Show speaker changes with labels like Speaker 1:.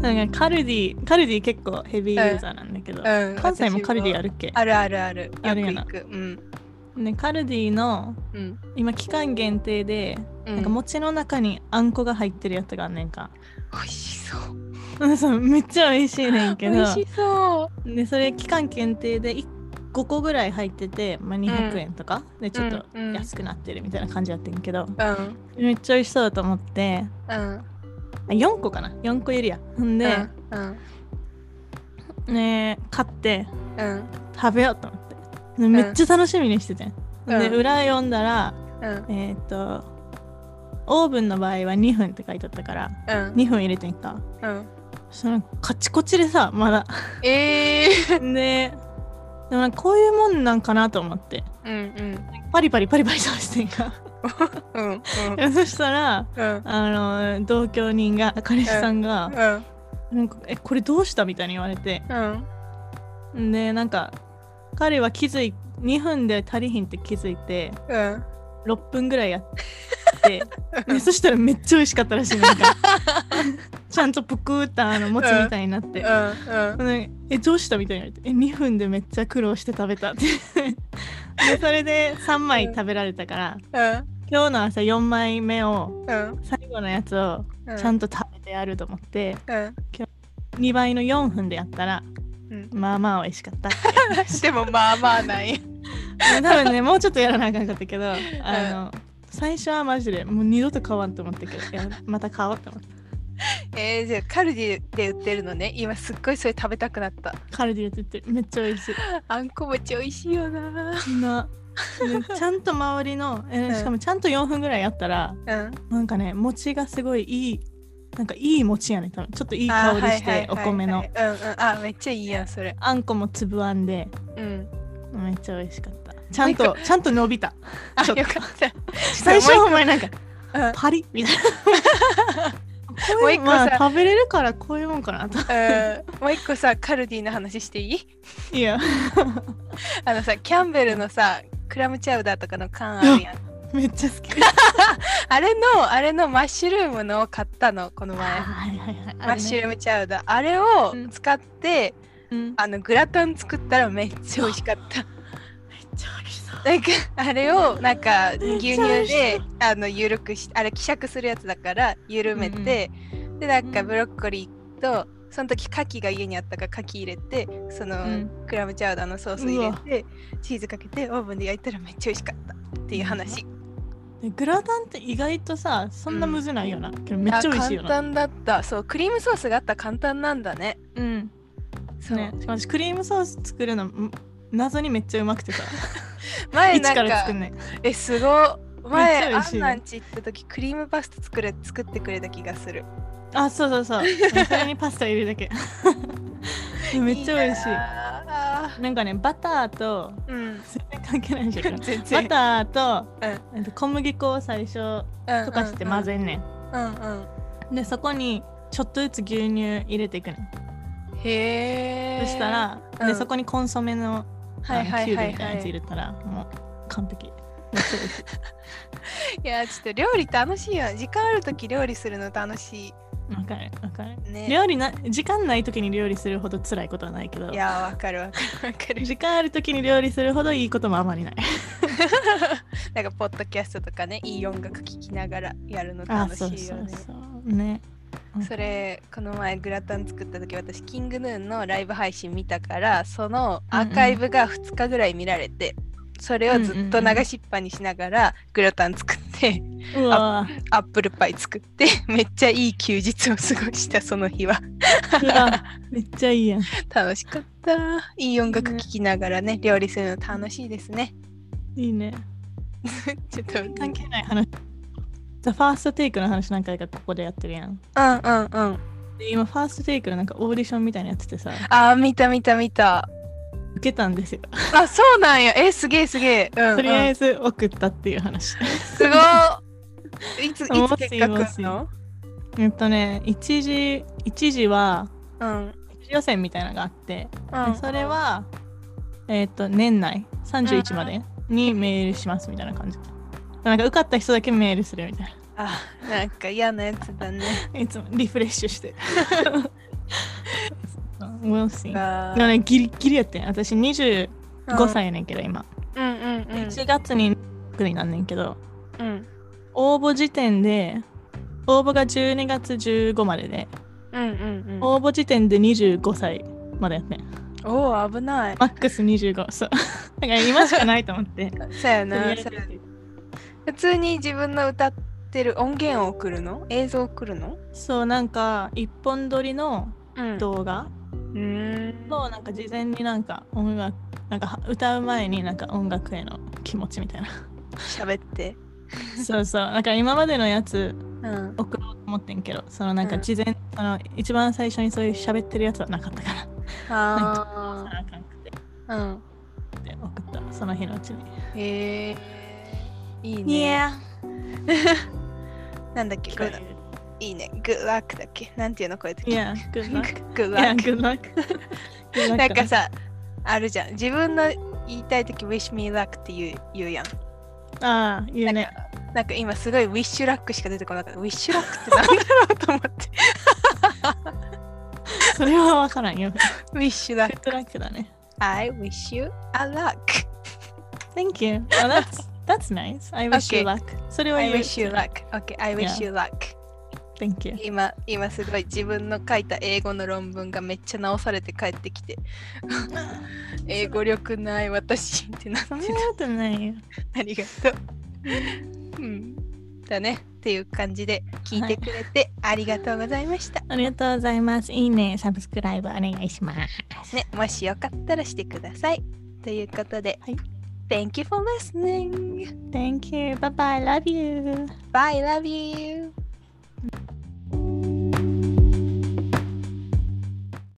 Speaker 1: なんかカルディカルディ結構ヘビーユーザーなんだけど、
Speaker 2: うん
Speaker 1: 関西もカルディあるっけ
Speaker 2: あるあるある。よく
Speaker 1: あるやな
Speaker 2: 行く。うん。
Speaker 1: ねカルディの
Speaker 2: うん。
Speaker 1: 今期間限定で、
Speaker 2: うん、
Speaker 1: なんか餅の中にあんこが入ってるやつがあんねんか、
Speaker 2: 美味しそう。
Speaker 1: うん、そうめっちゃ美味しいねんけ
Speaker 2: 美
Speaker 1: ど
Speaker 2: 味しそう。
Speaker 1: でそれ期間限定でい5個ぐらい入ってて、まあ、200円とか、でちょっと
Speaker 2: うんうん
Speaker 1: 安くなってるみたいな感じやってんけど、
Speaker 2: うん。
Speaker 1: めっちゃ美味しそうだと思って
Speaker 2: うん。
Speaker 1: あ4個かな4個いるやんで、
Speaker 2: うん。
Speaker 1: ね買って
Speaker 2: うん。
Speaker 1: 食べようと思ってでめっちゃ楽しみにしてて、
Speaker 2: うん
Speaker 1: で裏読んだら
Speaker 2: うん。
Speaker 1: えーっ、とオーブンの場合は2分って書いてあったから
Speaker 2: うん。
Speaker 1: 2分入れてんか
Speaker 2: うん。
Speaker 1: そのカチコチでさま だ
Speaker 2: ええ
Speaker 1: ででもなんかこういうもんなんかなと思って
Speaker 2: うん
Speaker 1: パリパリパリパリさしてんか
Speaker 2: うん。うん。
Speaker 1: でそしたら
Speaker 2: うん。
Speaker 1: あの同居人が彼氏さんが
Speaker 2: う
Speaker 1: 「な
Speaker 2: ん。
Speaker 1: んかえこれどうした?」みたいに言われて
Speaker 2: うん。
Speaker 1: でなんか彼は気づい2分で足りひんって気づいて
Speaker 2: うん。
Speaker 1: 6分ぐらいやってでそしたらめっちゃ美味しかったらしいなん かちゃんとぷくーったあの餅みたいになって。
Speaker 2: うん。
Speaker 1: でえどうしたみたいに言われてえ2分でめっちゃ苦労して食べたって でそれで3枚食べられたから
Speaker 2: うん。
Speaker 1: 今日の朝4枚目を
Speaker 2: うん。
Speaker 1: 最後のやつを
Speaker 2: うん。
Speaker 1: ちゃんと食べてやると思って
Speaker 2: うん。
Speaker 1: 2倍の4分でやったら
Speaker 2: うん。
Speaker 1: まあまあ美味しかったって
Speaker 2: でもまあまあない。
Speaker 1: 多分 ねもうちょっとやらなあかんかったけどあの、最初はマジでもう二度と買わんと思ったけどいやまた買おうと思って
Speaker 2: えー、じゃあカルディで売ってるのね。今すっごいそれ食べたくなった。
Speaker 1: カルディで売ってるめっちゃ美味しい
Speaker 2: あんこ餅美味しいよな。
Speaker 1: なでちゃんと周りのえ
Speaker 2: うん
Speaker 1: しかもちゃんと4分ぐらいやったら
Speaker 2: うん。
Speaker 1: なんかね餅がすごいいいなんかいい餅やね多分ちょっといい
Speaker 2: あ
Speaker 1: 香
Speaker 2: ー
Speaker 1: りしてお米。
Speaker 2: は
Speaker 1: の
Speaker 2: いはいはいはいうんうん。あーめっちゃいいやんそれ。
Speaker 1: あんこも粒あんで
Speaker 2: うん。
Speaker 1: めっちゃ美味しかったちゃんとちゃんと伸びた
Speaker 2: あ
Speaker 1: ちょっと
Speaker 2: よかった。
Speaker 1: 最初はお前なんか
Speaker 2: うん
Speaker 1: パリッみたいな
Speaker 2: もう一個
Speaker 1: まあ
Speaker 2: さ、
Speaker 1: 食べれるからこういうもんかなと
Speaker 2: うん、もう一個さカルディの話していい？
Speaker 1: いや
Speaker 2: あのさキャンベルのさクラムチャウダーとかの缶あるやん。
Speaker 1: めっちゃ好き
Speaker 2: あれのあれのマッシュルームのを買ったのこの前。
Speaker 1: はいはいはい
Speaker 2: マッシュ
Speaker 1: ル
Speaker 2: ルームチャウダーあれを
Speaker 1: うん
Speaker 2: 使って、
Speaker 1: うん
Speaker 2: あのグラタン作ったらめっちゃ美味しかった。
Speaker 1: めっちゃ美味しそう
Speaker 2: なんかあれをなんか牛
Speaker 1: めっ
Speaker 2: 乳
Speaker 1: ちゃ美味し
Speaker 2: であの緩くしあれ希釈するやつだから緩めて、でなんか
Speaker 1: うん
Speaker 2: ブロッコリーとその時牡蠣が家にあったから牡蠣入れてその、
Speaker 1: うん
Speaker 2: クラムチャウダーのソース入れてチーズかけてオーブンで焼いたらめっちゃ美味しかったっていう話、
Speaker 1: でグラタンって意外とさそんなむずないよな、けどめっちゃ美味しいよ
Speaker 2: あ
Speaker 1: な
Speaker 2: 簡単だったそうクリームソースがあったら簡単なんだね
Speaker 1: うん
Speaker 2: そう、
Speaker 1: ねしかも私クリームソース作るのん謎にめっちゃうまく てさ
Speaker 2: 前
Speaker 1: 一
Speaker 2: な
Speaker 1: か
Speaker 2: ん
Speaker 1: ら
Speaker 2: か
Speaker 1: 作んね
Speaker 2: えすごい
Speaker 1: めっちゃ
Speaker 2: 前
Speaker 1: 美
Speaker 2: ア
Speaker 1: 味しい
Speaker 2: ン
Speaker 1: よ
Speaker 2: ナんち行った時クリームパスタ作れ作ってくれた気がする
Speaker 1: あそうそうそうそれにパスタ入れるだ けめっちゃ美味しい
Speaker 2: なあ
Speaker 1: なんかねバターと
Speaker 2: うん
Speaker 1: 全然関係ないんだけ ど
Speaker 2: 全然
Speaker 1: バターと、えっと小麦粉を最初
Speaker 2: 溶
Speaker 1: 溶かして混ぜんねん,、
Speaker 2: うんうん
Speaker 1: でそこにちょっとずつ牛乳入れていくの、
Speaker 2: へえ
Speaker 1: そしたら、
Speaker 2: うん
Speaker 1: でそこにコンソメのあ
Speaker 2: は
Speaker 1: の
Speaker 2: い
Speaker 1: キ
Speaker 2: はい
Speaker 1: ュウ
Speaker 2: は
Speaker 1: リ
Speaker 2: い
Speaker 1: みたいなやつ
Speaker 2: は
Speaker 1: 入
Speaker 2: い
Speaker 1: れたらもう完璧めっちゃ美味しい
Speaker 2: いやちょっと料理楽しいよ時間ある時料理するの楽し
Speaker 1: わかるわかる
Speaker 2: いね
Speaker 1: 料理な時間ない時に料理するほど辛いことはないけど
Speaker 2: いやわかるわかるわかる
Speaker 1: 時間ある時に料理するほどいいこともあまりない
Speaker 2: なんかポッドキャストとかねいい音楽聴きながらやるの
Speaker 1: あ
Speaker 2: 楽
Speaker 1: そう
Speaker 2: しい
Speaker 1: そ
Speaker 2: よ
Speaker 1: う
Speaker 2: ね
Speaker 1: そうね
Speaker 2: それこの前グラタン作った時私キングヌーンのライブ配信見たからそのアーカイブが2日ぐらい見られて、それをずっと流しっぱにしながらグラタン作って
Speaker 1: うわ
Speaker 2: アップルパイ作って めっちゃいい休日を過ごしたその日は
Speaker 1: うわめっちゃいいやん
Speaker 2: 楽しかったいい音楽聴きながらね料理するの楽しいですね
Speaker 1: いいね
Speaker 2: ちょっとうん
Speaker 1: 関係ない話ザ・ファーストテイクの話なんかがここでやってるやん
Speaker 2: うんうん
Speaker 1: で今ファーストテイクのなんかオーディションみたいなやつでさ
Speaker 2: あー見た見た見た
Speaker 1: 受けたんですよ、
Speaker 2: あそうなんやえすげえすげえうん、うん、
Speaker 1: とりあえず送ったっていう話
Speaker 2: すごいいついつ
Speaker 1: 面白い
Speaker 2: 結果来んの
Speaker 1: えっとね一時一時は
Speaker 2: うん
Speaker 1: 一時予選みたいなのがあって、
Speaker 2: う
Speaker 1: でそれはえっと年内31までにメールしますみたいな感じなんか受かった人だけメールするみたい
Speaker 2: あなんか嫌なやつだね
Speaker 1: ないつもリフレッシュして We'll see. で
Speaker 2: あ
Speaker 1: も
Speaker 2: ー
Speaker 1: ね、ギリギリやってん。私25歳やねんけど、今。
Speaker 2: うんうんうん
Speaker 1: 1月に国なんねんけど、
Speaker 2: うん
Speaker 1: 応募時点で、応募が12月15までで、
Speaker 2: うんうんうん
Speaker 1: 応募時点で25歳までやってん。
Speaker 2: おお危ない
Speaker 1: マックス25。そう。 だから今しかないと思って。
Speaker 2: そうや
Speaker 1: とりあ
Speaker 2: な
Speaker 1: えず
Speaker 2: そうや普通に自分の歌ってる音源を送るの映像を送るの
Speaker 1: そう、なんか、一本撮りの
Speaker 2: うんう
Speaker 1: 動画
Speaker 2: ーん
Speaker 1: の、なんか事前になんか音楽、なんか歌う前になんか音楽への気持ちみたい な。
Speaker 2: 喋って
Speaker 1: そうそう。なんか今までのやつ、
Speaker 2: うん
Speaker 1: 送ろうと思ってんけどそのなん
Speaker 2: う
Speaker 1: か
Speaker 2: ん
Speaker 1: 事前、その一番最初にそういう喋ってるやつはなかったから
Speaker 2: あ
Speaker 1: あかんくて
Speaker 2: あ うん
Speaker 1: って送ったその日のうちに
Speaker 2: へえいい
Speaker 1: い
Speaker 2: ね
Speaker 1: や
Speaker 2: なんだっけこれだいいね Good luck だっけなんていうのこういう時
Speaker 1: いや good luck
Speaker 2: Good
Speaker 1: いや
Speaker 2: luck
Speaker 1: good luck Good luck
Speaker 2: なんかさあるじゃん自分の言いたい時 Wish me luck って言う言うやん
Speaker 1: ああ言う
Speaker 2: なん
Speaker 1: ね
Speaker 2: かなんか今すごいウィッシュラックしか出てこなかったウィッシュラックってなんだろうと思って
Speaker 1: それは分からんよ
Speaker 2: ウィッシュラック
Speaker 1: good luck だね
Speaker 2: I wish you a luck
Speaker 1: thank you、oh, that's that's nice I wish、you
Speaker 2: Okay.
Speaker 1: luck それは
Speaker 2: I
Speaker 1: 言う
Speaker 2: wish you luck OK I wish you luck
Speaker 1: thank you
Speaker 2: 今今すごい自分の書いた英語の論文がめっちゃ直されて帰ってき て英語力ない私ってなっ
Speaker 1: そ
Speaker 2: てた
Speaker 1: んな ことないよ
Speaker 2: ありがとう。うん、だねっていう感じで聞いてくれてありがとうございました。
Speaker 1: ありがとうございますいいねサブスクライブお願いします
Speaker 2: ね、もしよかったらしてください。ということで、
Speaker 1: はい
Speaker 2: Thank you for listening!
Speaker 1: thank you bye bye love you
Speaker 2: Bye, love you!